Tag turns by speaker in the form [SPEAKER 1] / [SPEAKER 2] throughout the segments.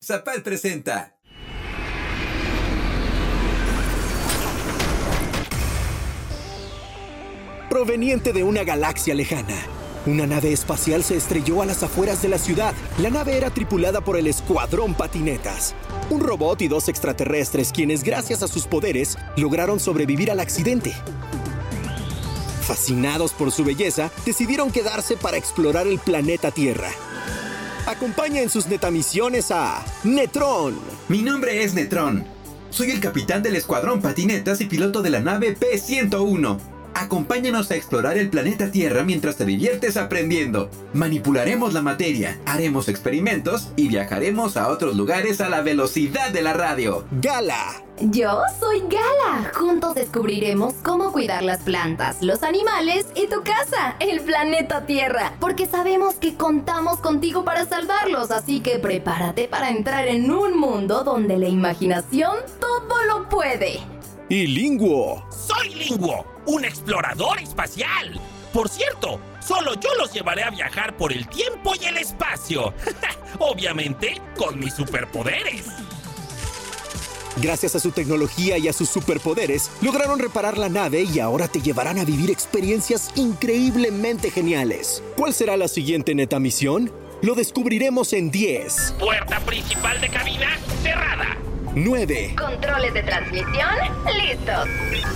[SPEAKER 1] Zapal presenta.
[SPEAKER 2] Proveniente de una galaxia lejana, una nave espacial se estrelló a las afueras de la ciudad. La nave era tripulada por el Escuadrón Patinetas, un robot y dos extraterrestres quienes gracias a sus poderes lograron sobrevivir al accidente. Fascinados por su belleza, decidieron quedarse para explorar el planeta Tierra. Acompaña en sus netamisiones a Netrón,
[SPEAKER 1] Mi nombre es Netrón. Soy el capitán del escuadrón patinetas y piloto de la nave P-101. Acompáñanos a explorar el planeta Tierra mientras te diviertes aprendiendo. Manipularemos la materia, haremos experimentos y viajaremos a otros lugares a la velocidad de la radio.
[SPEAKER 2] Gala,
[SPEAKER 3] Yo soy Gala. Juntos descubriremos cómo cuidar las plantas, los animales y tu casa, el planeta Tierra. Porque sabemos que contamos contigo para salvarlos, así que prepárate para entrar en un mundo donde la imaginación todo lo puede.
[SPEAKER 2] y Linguo.
[SPEAKER 4] Soy Linguo, un explorador espacial. Por cierto, solo yo los llevaré a viajar por el tiempo y el espacio. Obviamente, con mis superpoderes.
[SPEAKER 2] Gracias a su tecnología y a sus superpoderes, lograron reparar la nave y ahora te llevarán a vivir experiencias increíblemente geniales. ¿Cuál será la siguiente neta misión? Lo descubriremos en 10,
[SPEAKER 4] Puerta principal de cabina cerrada.
[SPEAKER 2] 9,
[SPEAKER 3] Controles de transmisión listos.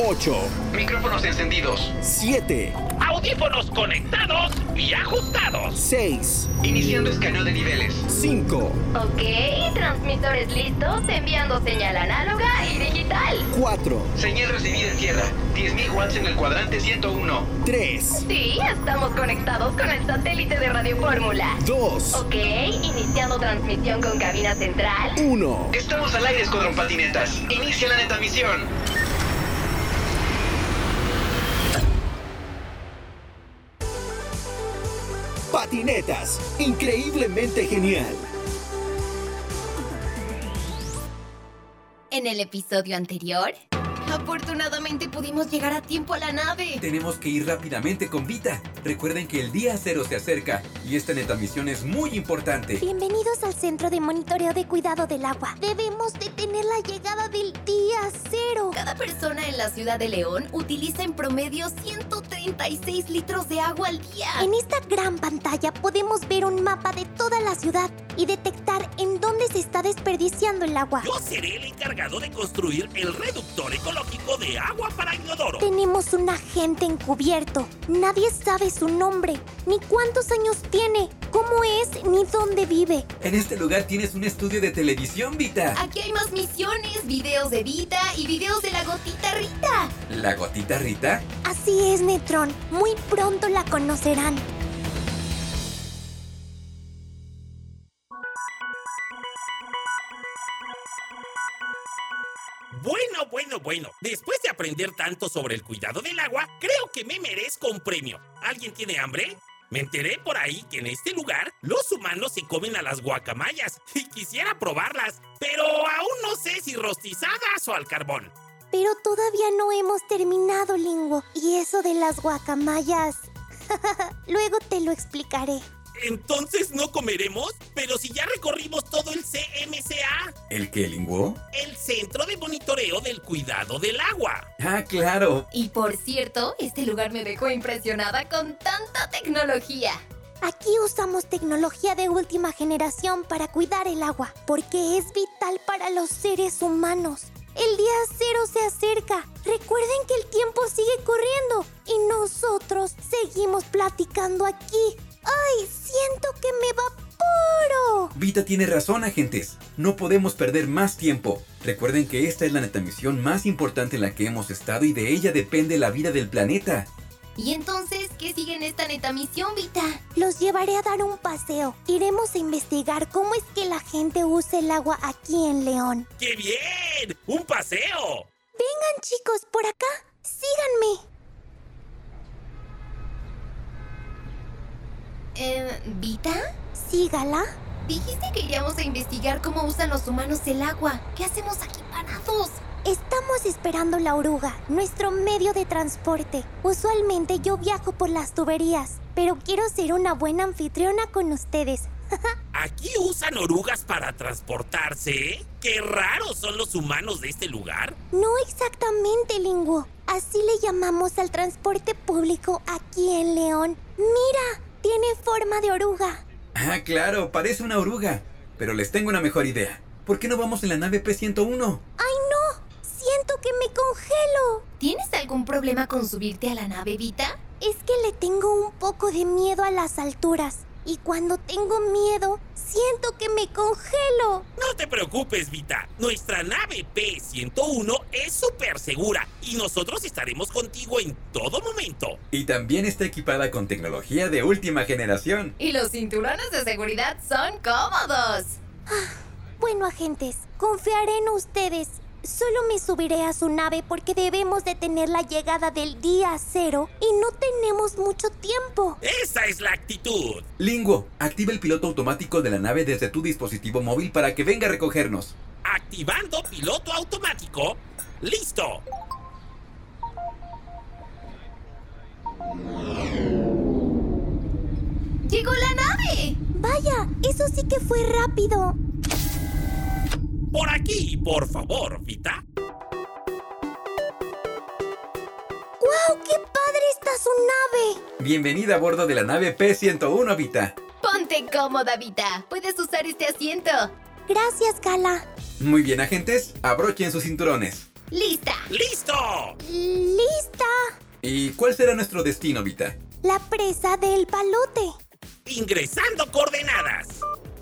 [SPEAKER 2] 8,
[SPEAKER 1] Micrófonos encendidos.
[SPEAKER 2] 7,
[SPEAKER 4] Audífonos conectados y ajustados.
[SPEAKER 2] 6,
[SPEAKER 1] Iniciando escaneo de niveles.
[SPEAKER 2] 5,
[SPEAKER 3] Ok, transmisores listos, enviando señal análoga y digital.
[SPEAKER 2] 4,
[SPEAKER 1] Señal recibida en Tierra. 10.000 watts en el cuadrante 101.
[SPEAKER 2] 3,
[SPEAKER 3] Sí, estamos conectados con el satélite de Radio Fórmula.
[SPEAKER 2] 2,
[SPEAKER 3] Ok, iniciando transmisión con cabina central.
[SPEAKER 2] 1.
[SPEAKER 1] Estamos al aire, escuadrón patinetas. Inicia la neta misión.
[SPEAKER 2] Patinetas, increíblemente genial.
[SPEAKER 3] En el episodio anterior, afortunadamente pudimos llegar a tiempo a la nave.
[SPEAKER 1] Tenemos que ir rápidamente con Vita. Recuerden que el día cero se acerca y esta neta misión es muy importante.
[SPEAKER 5] Bienvenidos al Centro de Monitoreo de Cuidado del Agua. Debemos detener la llegada del día cero.
[SPEAKER 3] Cada persona en la ciudad de León utiliza en promedio 136 litros de agua al día.
[SPEAKER 5] En esta gran pantalla podemos ver un mapa de toda la ciudad y detectar en dónde se está desperdiciando el agua.
[SPEAKER 4] Yo seré el encargado de construir el reductor ecológico de agua para inodoro.
[SPEAKER 5] Tenemos un agente encubierto. Nadie sabe su nombre, ni cuántos años tiene, cómo es, ni dónde vive.
[SPEAKER 1] En este lugar tienes un estudio de televisión, Vita.
[SPEAKER 3] Aquí hay más misiones, videos de Vita y videos de la gotita Rita.
[SPEAKER 1] ¿La gotita Rita?
[SPEAKER 5] Así es, Netrón. Muy pronto la conocerán.
[SPEAKER 4] Bueno, bueno, bueno. Después de aprender tanto sobre el cuidado del agua, creo que me merezco un premio. ¿Alguien tiene hambre? Me enteré por ahí que en este lugar los humanos se comen a las guacamayas y quisiera probarlas, pero aún no sé si rostizadas o al carbón.
[SPEAKER 5] Pero todavía no hemos terminado, Lingo. Y eso de las guacamayas. Luego te lo explicaré.
[SPEAKER 4] Entonces no comeremos, pero si ya recorrimos todo el CMCA,
[SPEAKER 1] ¿El que linguó?
[SPEAKER 4] el Centro de Monitoreo del Cuidado del Agua.
[SPEAKER 1] Ah, claro.
[SPEAKER 3] Y por cierto, este lugar me dejó impresionada con tanta tecnología.
[SPEAKER 5] Aquí usamos tecnología de última generación para cuidar el agua, porque es vital para los seres humanos. El día cero se acerca. Recuerden que el tiempo sigue corriendo y nosotros seguimos platicando aquí. ¡Ay, siento que me evaporo!
[SPEAKER 1] Vita tiene razón, agentes. No podemos perder más tiempo. Recuerden que esta es la neta misión más importante en la que hemos estado y de ella depende la vida del planeta.
[SPEAKER 3] ¿Y entonces qué sigue en esta neta misión, Vita?
[SPEAKER 5] Los llevaré a dar un paseo. Iremos a investigar cómo es que la gente usa el agua aquí en León.
[SPEAKER 4] ¡Qué bien! ¡Un paseo!
[SPEAKER 5] Vengan chicos, por acá. Síganme.
[SPEAKER 3] Eh, ¿Vita?
[SPEAKER 5] Sígala.
[SPEAKER 3] Dijiste que iríamos a investigar cómo usan los humanos el agua. ¿Qué hacemos aquí parados?
[SPEAKER 5] Estamos esperando la oruga, nuestro medio de transporte. Usualmente yo viajo por las tuberías, pero quiero ser una buena anfitriona con ustedes.
[SPEAKER 4] ¿Aquí usan orugas para transportarse? ¿eh? ¡Qué raros son los humanos de este lugar!
[SPEAKER 5] No exactamente, Linguo. Así le llamamos al transporte público aquí en León. Mira, tiene forma de oruga.
[SPEAKER 1] Ah, claro, parece una oruga. Pero les tengo una mejor idea. ¿Por qué no vamos en la nave P-101?
[SPEAKER 5] ¡Ay, no! Siento que me congelo.
[SPEAKER 3] ¿Tienes algún problema con subirte a la nave, Vita?
[SPEAKER 5] Es que le tengo un poco de miedo a las alturas. Y cuando tengo miedo, siento que me congelo.
[SPEAKER 4] No te preocupes, Vita. Nuestra nave P-101 es súper segura y nosotros estaremos contigo en todo momento.
[SPEAKER 1] Y también está equipada con tecnología de última generación.
[SPEAKER 3] Y los cinturones de seguridad son cómodos.
[SPEAKER 5] Bueno, agentes, confiaré en ustedes. Solo me subiré a su nave porque debemos detener la llegada del día cero y no tenemos mucho tiempo.
[SPEAKER 4] Esa es la actitud.
[SPEAKER 1] Linguo, activa el piloto automático de la nave desde tu dispositivo móvil para que venga a recogernos.
[SPEAKER 4] Activando piloto automático. ¡Listo!
[SPEAKER 3] ¡Llegó la nave!
[SPEAKER 5] Vaya, eso sí que fue rápido.
[SPEAKER 4] Por aquí, por favor, Vita.
[SPEAKER 5] ¡Guau! ¡Qué padre está su nave!
[SPEAKER 1] Bienvenida a bordo de la nave P-101, Vita.
[SPEAKER 3] Ponte cómoda, Vita. Puedes usar este asiento.
[SPEAKER 5] Gracias, Gala.
[SPEAKER 1] Muy bien, agentes, abrochen sus cinturones.
[SPEAKER 3] ¡Lista!
[SPEAKER 4] ¡Listo!
[SPEAKER 5] ¡Lista!
[SPEAKER 1] ¿Y cuál será nuestro destino, Vita?
[SPEAKER 5] La presa del palote.
[SPEAKER 4] Ingresando coordenadas.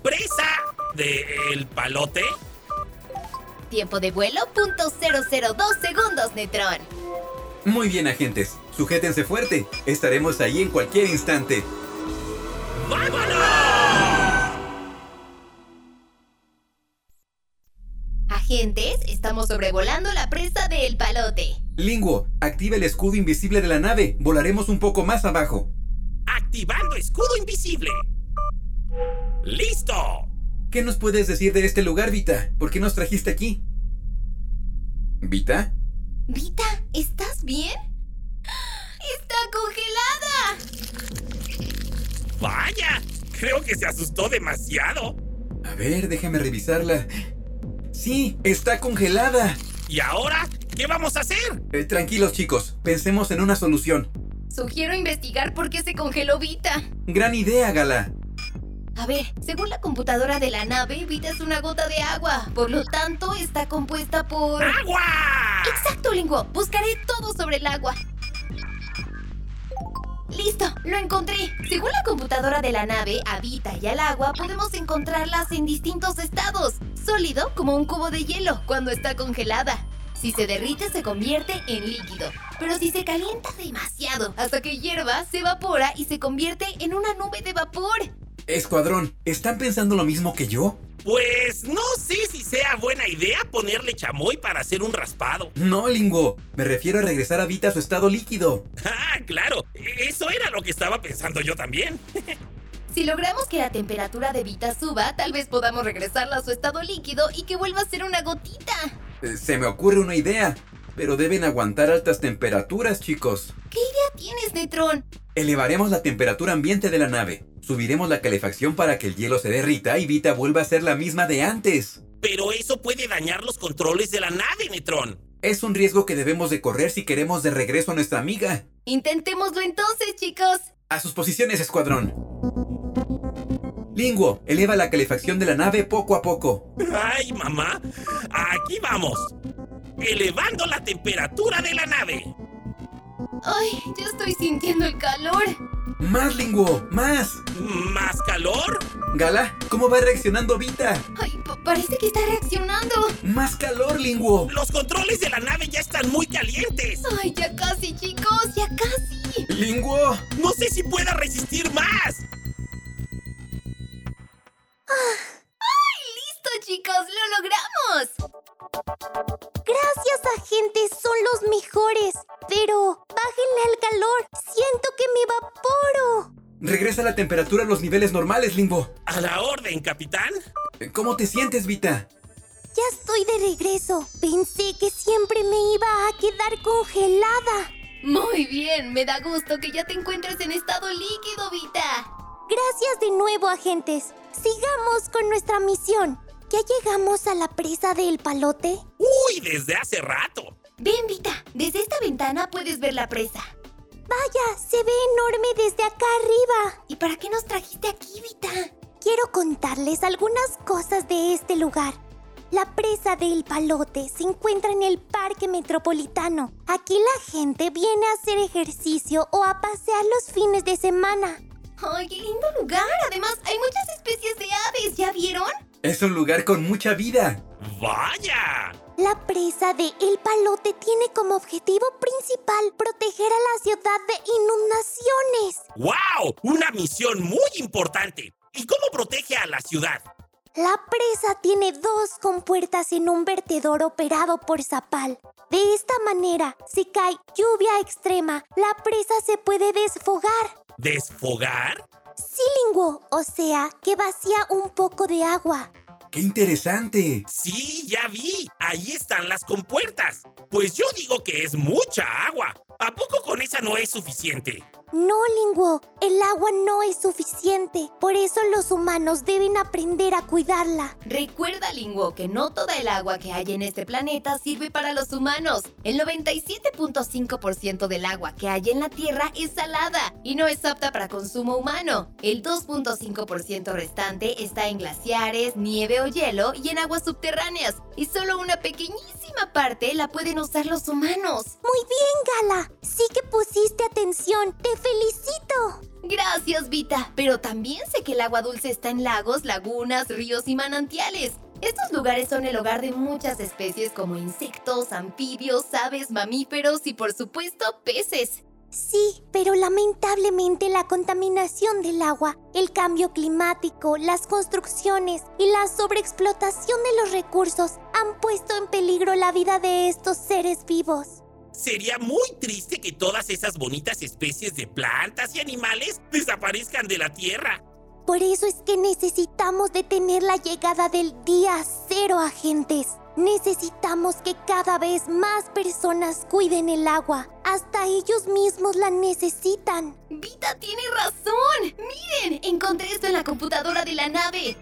[SPEAKER 4] Presa del palote.
[SPEAKER 3] Tiempo de vuelo, punto .002 segundos, Netrón.
[SPEAKER 1] Muy bien, agentes, sujétense fuerte. Estaremos ahí en cualquier instante.
[SPEAKER 4] ¡Vámonos!
[SPEAKER 3] Agentes, estamos sobrevolando la presa de El Palote.
[SPEAKER 1] Linguo, activa el escudo invisible de la nave. Volaremos un poco más abajo.
[SPEAKER 4] Activando escudo invisible. ¡Listo!
[SPEAKER 1] ¿Qué nos puedes decir de este lugar, Vita? ¿Por qué nos trajiste aquí? ¿Vita?
[SPEAKER 3] Vita, ¿estás bien? ¡Está congelada!
[SPEAKER 4] ¡Vaya! Creo que se asustó demasiado.
[SPEAKER 1] A ver, déjame revisarla. Sí, está congelada.
[SPEAKER 4] ¿Y ahora? ¿Qué vamos a hacer?
[SPEAKER 1] Eh, tranquilos chicos, pensemos en una solución.
[SPEAKER 3] Sugiero investigar por qué se congeló Vita.
[SPEAKER 1] Gran idea, Gala.
[SPEAKER 3] A ver, según la computadora de la nave, Vita es una gota de agua. Por lo tanto, está compuesta por...
[SPEAKER 4] ¡Agua!
[SPEAKER 3] ¡Exacto, Lingo! Buscaré todo sobre el agua. ¡Listo! ¡Lo encontré! Según la computadora de la nave, a Vita y al agua podemos encontrarlas en distintos estados. Sólido, como un cubo de hielo, cuando está congelada. Si se derrite, se convierte en líquido. Pero si se calienta demasiado, hasta que hierva, se evapora y se convierte en una nube de vapor.
[SPEAKER 1] Escuadrón, ¿están pensando lo mismo que yo?
[SPEAKER 4] Pues no sé si sea buena idea ponerle chamoy para hacer un raspado.
[SPEAKER 1] No, Lingo. Me refiero a regresar a Vita a su estado líquido.
[SPEAKER 4] ¡Ah, claro! Eso era lo que estaba pensando yo también.
[SPEAKER 3] Si logramos que la temperatura de Vita suba, tal vez podamos regresarla a su estado líquido y que vuelva a ser una gotita.
[SPEAKER 1] Eh, Se me ocurre una idea. Pero deben aguantar altas temperaturas, chicos.
[SPEAKER 3] ¿Qué idea tienes, Netrón?
[SPEAKER 1] Elevaremos la temperatura ambiente de la nave. Subiremos la calefacción para que el hielo se derrita y Vita vuelva a ser la misma de antes.
[SPEAKER 4] Pero eso puede dañar los controles de la nave, Netrón.
[SPEAKER 1] Es un riesgo que debemos de correr si queremos de regreso a nuestra amiga.
[SPEAKER 3] Intentémoslo entonces, chicos.
[SPEAKER 1] A sus posiciones, escuadrón. Linguo, eleva la calefacción de la nave poco a poco.
[SPEAKER 4] ¡Ay, mamá! Aquí vamos. Elevando la temperatura de la nave.
[SPEAKER 3] Ay, yo estoy sintiendo el calor.
[SPEAKER 1] ¡Más, Linguo! ¡Más!
[SPEAKER 4] ¿Más calor?
[SPEAKER 1] Gala, ¿cómo va reaccionando Vita?
[SPEAKER 3] Ay, pa- parece que está reaccionando.
[SPEAKER 1] ¡Más calor, Linguo!
[SPEAKER 4] Los controles de la nave ya están muy calientes.
[SPEAKER 3] Ay, ya casi, chicos, ya casi.
[SPEAKER 1] ¡Linguo!
[SPEAKER 4] No sé si pueda resistir más.
[SPEAKER 3] Listo, chicos, lo logramos.
[SPEAKER 5] Gracias, agentes, son los mejores. Pero bájenle al calor, siento que me evaporo.
[SPEAKER 1] Regresa la temperatura a los niveles normales, Linguo.
[SPEAKER 4] A la orden, capitán.
[SPEAKER 1] ¿Cómo te sientes, Vita?
[SPEAKER 5] Ya estoy de regreso. Pensé que siempre me iba a quedar congelada.
[SPEAKER 3] Muy bien, me da gusto que ya te encuentres en estado líquido, Vita.
[SPEAKER 5] Gracias de nuevo, agentes. Sigamos con nuestra misión. ¿Ya llegamos a la presa del palote?
[SPEAKER 4] ¡Uy! Desde hace rato.
[SPEAKER 3] Ven, Vita. Desde esta ventana puedes ver la presa.
[SPEAKER 5] Vaya, se ve enorme desde acá arriba.
[SPEAKER 3] ¿Y para qué nos trajiste aquí, Vita?
[SPEAKER 5] Quiero contarles algunas cosas de este lugar. La presa del Palote se encuentra en el Parque Metropolitano. Aquí la gente viene a hacer ejercicio o a pasear los fines de semana.
[SPEAKER 3] ¡Ay, qué lindo lugar! Además, hay muchas especies de aves, ¿ya vieron?
[SPEAKER 6] Es un lugar con mucha vida.
[SPEAKER 4] ¡Vaya!
[SPEAKER 5] La presa de El Palote tiene como objetivo principal proteger a la ciudad de inundaciones.
[SPEAKER 4] ¡Wow! Una misión muy importante. ¿Y cómo protege a la ciudad?
[SPEAKER 5] La presa tiene dos compuertas en un vertedor operado por Zapal. De esta manera, si cae lluvia extrema, la presa se puede desfogar.
[SPEAKER 4] ¿Desfogar?
[SPEAKER 5] Sílingo, o sea, que vacía un poco de agua.
[SPEAKER 6] ¡Qué interesante!
[SPEAKER 4] Sí, ya vi. Ahí están las compuertas. Pues yo digo que es mucha agua. ¿A poco con esa no es suficiente?
[SPEAKER 5] No, Linguo, el agua no es suficiente. Por eso los humanos deben aprender a cuidarla.
[SPEAKER 3] Recuerda, Linguo, que no toda el agua que hay en este planeta sirve para los humanos. El 97.5% del agua que hay en la Tierra es salada y no es apta para consumo humano. El 2.5% restante está en glaciares, nieve o hielo y en aguas subterráneas. Y solo una pequeñísima parte la pueden usar los humanos.
[SPEAKER 5] Muy bien, Gala. Sí que pusiste atención. Te felicito.
[SPEAKER 3] Gracias, Vita. Pero también sé que el agua dulce está en lagos, lagunas, ríos y manantiales. Estos lugares son el hogar de muchas especies como insectos, anfibios, aves, mamíferos y por supuesto peces.
[SPEAKER 5] Sí, pero lamentablemente la contaminación del agua, el cambio climático, las construcciones y la sobreexplotación de los recursos han puesto en peligro la vida de estos seres vivos.
[SPEAKER 4] Sería muy triste que todas esas bonitas especies de plantas y animales desaparezcan de la Tierra.
[SPEAKER 5] Por eso es que necesitamos detener la llegada del día cero, agentes. Necesitamos que cada vez más personas cuiden el agua. Hasta ellos mismos la necesitan.
[SPEAKER 3] Vita tiene razón. Miren, encontré esto en la computadora de la nave.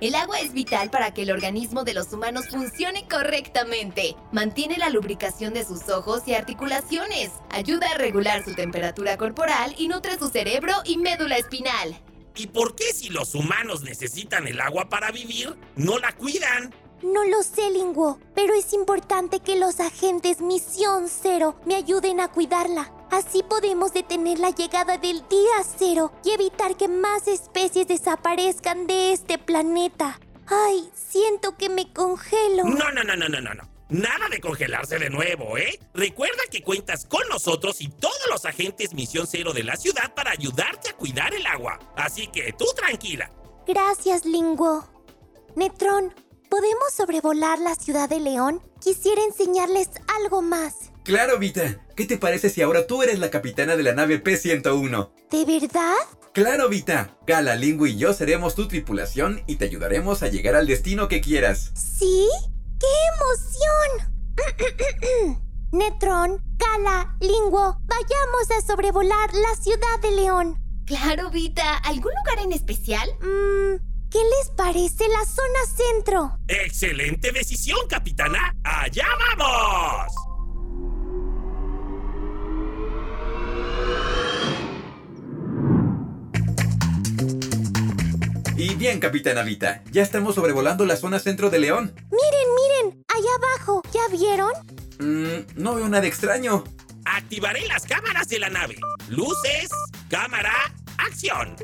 [SPEAKER 3] El agua es vital para que el organismo de los humanos funcione correctamente. Mantiene la lubricación de sus ojos y articulaciones. Ayuda a regular su temperatura corporal y nutre su cerebro y médula espinal.
[SPEAKER 4] ¿Y por qué si los humanos necesitan el agua para vivir, no la cuidan?
[SPEAKER 5] No lo sé, Linguo, pero es importante que los agentes Misión Cero me ayuden a cuidarla. Así podemos detener la llegada del día cero y evitar que más especies desaparezcan de este planeta. Ay, siento que me congelo.
[SPEAKER 4] No, no, no, no, no, no, no. Nada de congelarse de nuevo, ¿eh? Recuerda que cuentas con nosotros y todos los agentes Misión Cero de la ciudad para ayudarte a cuidar el agua. Así que tú tranquila.
[SPEAKER 5] Gracias, Lingo. Netrón, ¿podemos sobrevolar la ciudad de León? Quisiera enseñarles algo más.
[SPEAKER 6] Claro, Vita. ¿Qué te parece si ahora tú eres la capitana de la nave P-101?
[SPEAKER 5] ¿De verdad?
[SPEAKER 6] Claro, Vita. Gala, Lingu y yo seremos tu tripulación y te ayudaremos a llegar al destino que quieras.
[SPEAKER 5] ¿Sí? ¡Qué emoción! Netrón, Gala, Linguo, vayamos a sobrevolar la ciudad de León.
[SPEAKER 3] Claro, Vita. ¿Algún lugar en especial?
[SPEAKER 5] Mmm. ¿Qué les parece la zona centro?
[SPEAKER 4] ¡Excelente decisión, capitana! ¡Allá vamos!
[SPEAKER 6] Y bien, capitana Vita, ya estamos sobrevolando la zona centro de León.
[SPEAKER 5] Miren, miren, allá abajo, ¿ya vieron?
[SPEAKER 6] Mm, no veo nada de extraño.
[SPEAKER 4] Activaré las cámaras de la nave. Luces, cámara, acción.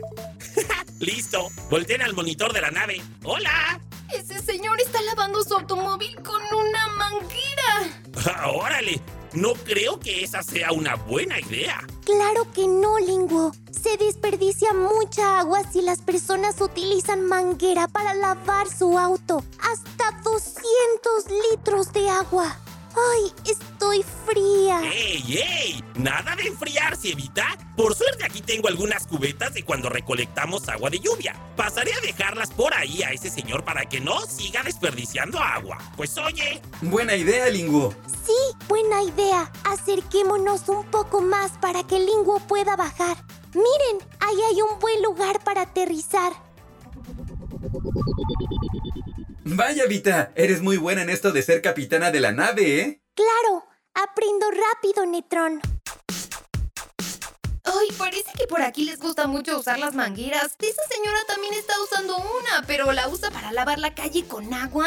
[SPEAKER 4] Listo. Volteen al monitor de la nave. ¡Hola!
[SPEAKER 3] Ese señor está lavando su automóvil con una manguera.
[SPEAKER 4] Ah, ¡Órale! No creo que esa sea una buena idea.
[SPEAKER 5] Claro que no, Linguo. Se desperdicia mucha agua si las personas utilizan manguera para lavar su auto. Hasta 200 litros de agua. ¡Ay, estoy fría!
[SPEAKER 4] ¡Ey, ey! Nada de enfriarse, Evita. Por suerte aquí tengo algunas cubetas de cuando recolectamos agua de lluvia. Pasaré a dejarlas por ahí a ese señor para que no siga desperdiciando agua. Pues oye.
[SPEAKER 6] Buena idea, Lingu.
[SPEAKER 5] Sí, buena idea. Acerquémonos un poco más para que Linguo pueda bajar. Miren, ahí hay un buen lugar para aterrizar.
[SPEAKER 6] Vaya, Vita, eres muy buena en esto de ser capitana de la nave, ¿eh?
[SPEAKER 5] Claro, aprendo rápido, Netrón.
[SPEAKER 3] Ay, parece que por aquí les gusta mucho usar las mangueras. Esa señora también está usando una, pero la usa para lavar la calle con agua.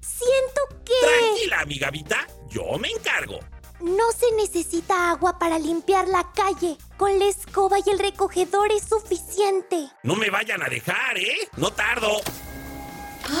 [SPEAKER 5] Siento que
[SPEAKER 4] Tranquila, amiga Vita, yo me encargo.
[SPEAKER 5] no se necesita agua para limpiar la calle. Con la escoba y el recogedor es suficiente.
[SPEAKER 4] No me vayan a dejar, ¿eh? No tardo.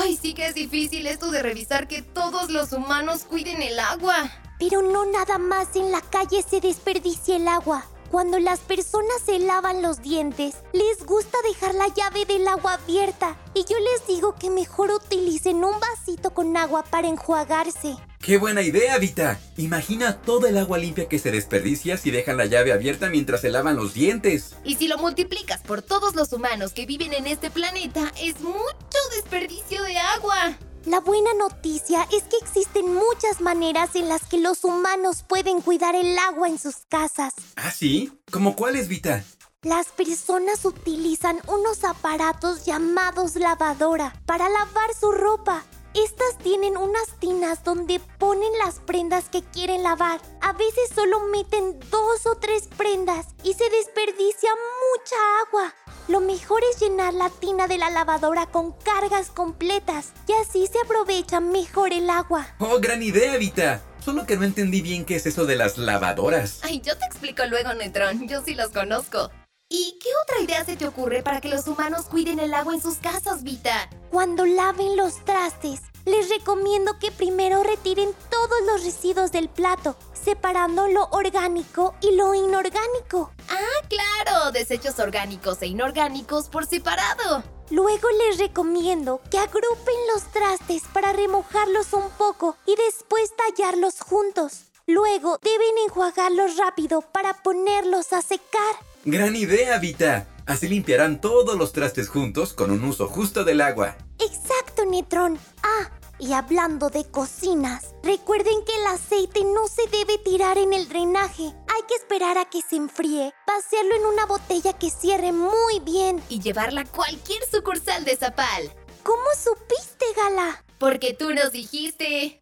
[SPEAKER 3] Ay, sí que es difícil esto de revisar que todos los humanos cuiden el agua.
[SPEAKER 5] Pero no nada más en la calle se desperdicia el agua. Cuando las personas se lavan los dientes, les gusta dejar la llave del agua abierta. Y yo les digo que mejor utilicen un vasito con agua para enjuagarse.
[SPEAKER 6] ¡Qué buena idea, Vita! Imagina toda el agua limpia que se desperdicia si dejan la llave abierta mientras se lavan los dientes.
[SPEAKER 3] Y si lo multiplicas por todos los humanos que viven en este planeta, es mucho desperdicio de agua.
[SPEAKER 5] La buena noticia es que existen muchas maneras en las que los humanos pueden cuidar el agua en sus casas.
[SPEAKER 6] ¿Ah, sí? ¿Cómo cuál es, Vita?
[SPEAKER 5] Las personas utilizan unos aparatos llamados lavadora para lavar su ropa. Estas tienen unas tinas donde ponen las prendas que quieren lavar. A veces solo meten dos o tres prendas y se desperdicia mucha agua. Lo mejor es llenar la tina de la lavadora con cargas completas y así se aprovecha mejor el agua.
[SPEAKER 6] ¡Oh, gran idea, Vita! Solo que no entendí bien qué es eso de las lavadoras.
[SPEAKER 3] Ay, yo te explico luego, Netrón. Yo sí los conozco. ¿Y qué otra idea se te ocurre para que los humanos cuiden el agua en sus casas, Vita?
[SPEAKER 5] Cuando laven los trastes, les recomiendo que primero retiren todos los residuos del plato, separando lo orgánico y lo inorgánico.
[SPEAKER 3] Ah, claro, desechos orgánicos e inorgánicos por separado.
[SPEAKER 5] Luego les recomiendo que agrupen los trastes para remojarlos un poco y después tallarlos juntos. Luego deben enjuagarlos rápido para ponerlos a secar.
[SPEAKER 6] ¡Gran idea, Vita! Así limpiarán todos los trastes juntos con un uso justo del agua.
[SPEAKER 5] Exacto, Netrón. Ah, y hablando de cocinas, recuerden que el aceite no se debe tirar en el drenaje. Hay que esperar a que se enfríe, vaciarlo en una botella que cierre muy bien.
[SPEAKER 3] Y llevarla a cualquier sucursal de Zapal.
[SPEAKER 5] ¿Cómo supiste, Gala?
[SPEAKER 3] Porque tú nos dijiste.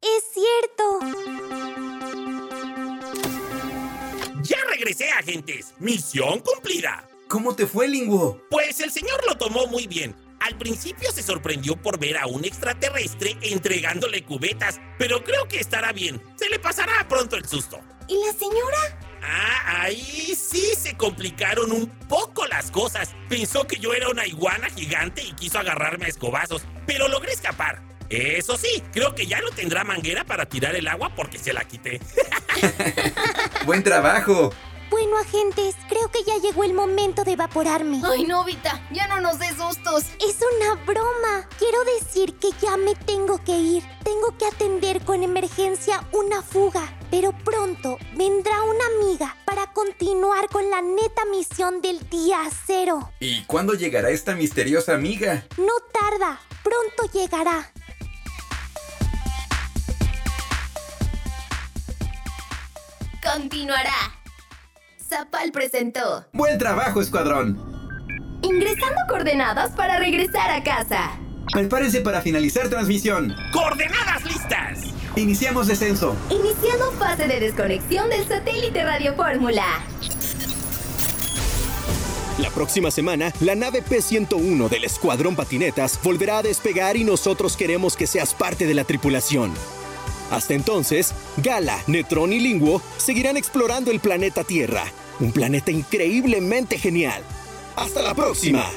[SPEAKER 5] Es cierto.
[SPEAKER 4] Ya regresé, agentes. Misión cumplida.
[SPEAKER 6] ¿Cómo te fue, Linguo?
[SPEAKER 4] Pues el señor lo tomó muy bien. Al principio se sorprendió por ver a un extraterrestre entregándole cubetas, pero creo que estará bien. Se le pasará pronto el susto.
[SPEAKER 5] ¿Y la señora?
[SPEAKER 4] Ah, ahí sí se complicaron un poco las cosas. Pensó que yo era una iguana gigante y quiso agarrarme a escobazos, pero logré escapar. Eso sí, creo que ya no tendrá manguera para tirar el agua porque se la quité.
[SPEAKER 6] ¡Buen trabajo!
[SPEAKER 5] Bueno, agentes, creo que ya llegó el momento de evaporarme.
[SPEAKER 3] Ay, no, Vita, ya no nos des sustos.
[SPEAKER 5] Es una broma. Quiero decir que ya me tengo que ir. Tengo que atender con emergencia una fuga. Pero pronto vendrá una amiga para continuar con la neta misión del día cero.
[SPEAKER 6] ¿Y cuándo llegará esta misteriosa amiga?
[SPEAKER 5] No tarda. Pronto llegará.
[SPEAKER 3] Continuará. Zapal presentó.
[SPEAKER 1] Buen trabajo, escuadrón.
[SPEAKER 3] Ingresando coordenadas para regresar a casa.
[SPEAKER 1] Prepárense para finalizar transmisión.
[SPEAKER 4] ¡Coordenadas listas!
[SPEAKER 1] Iniciamos descenso.
[SPEAKER 3] Iniciando fase de desconexión del satélite Radio Fórmula.
[SPEAKER 2] La próxima semana, la nave P-101 del Escuadrón Patinetas volverá a despegar y nosotros queremos que seas parte de la tripulación. Hasta entonces, Gala, Netrón y Linguo seguirán explorando el planeta Tierra, un planeta increíblemente genial. ¡Hasta la próxima.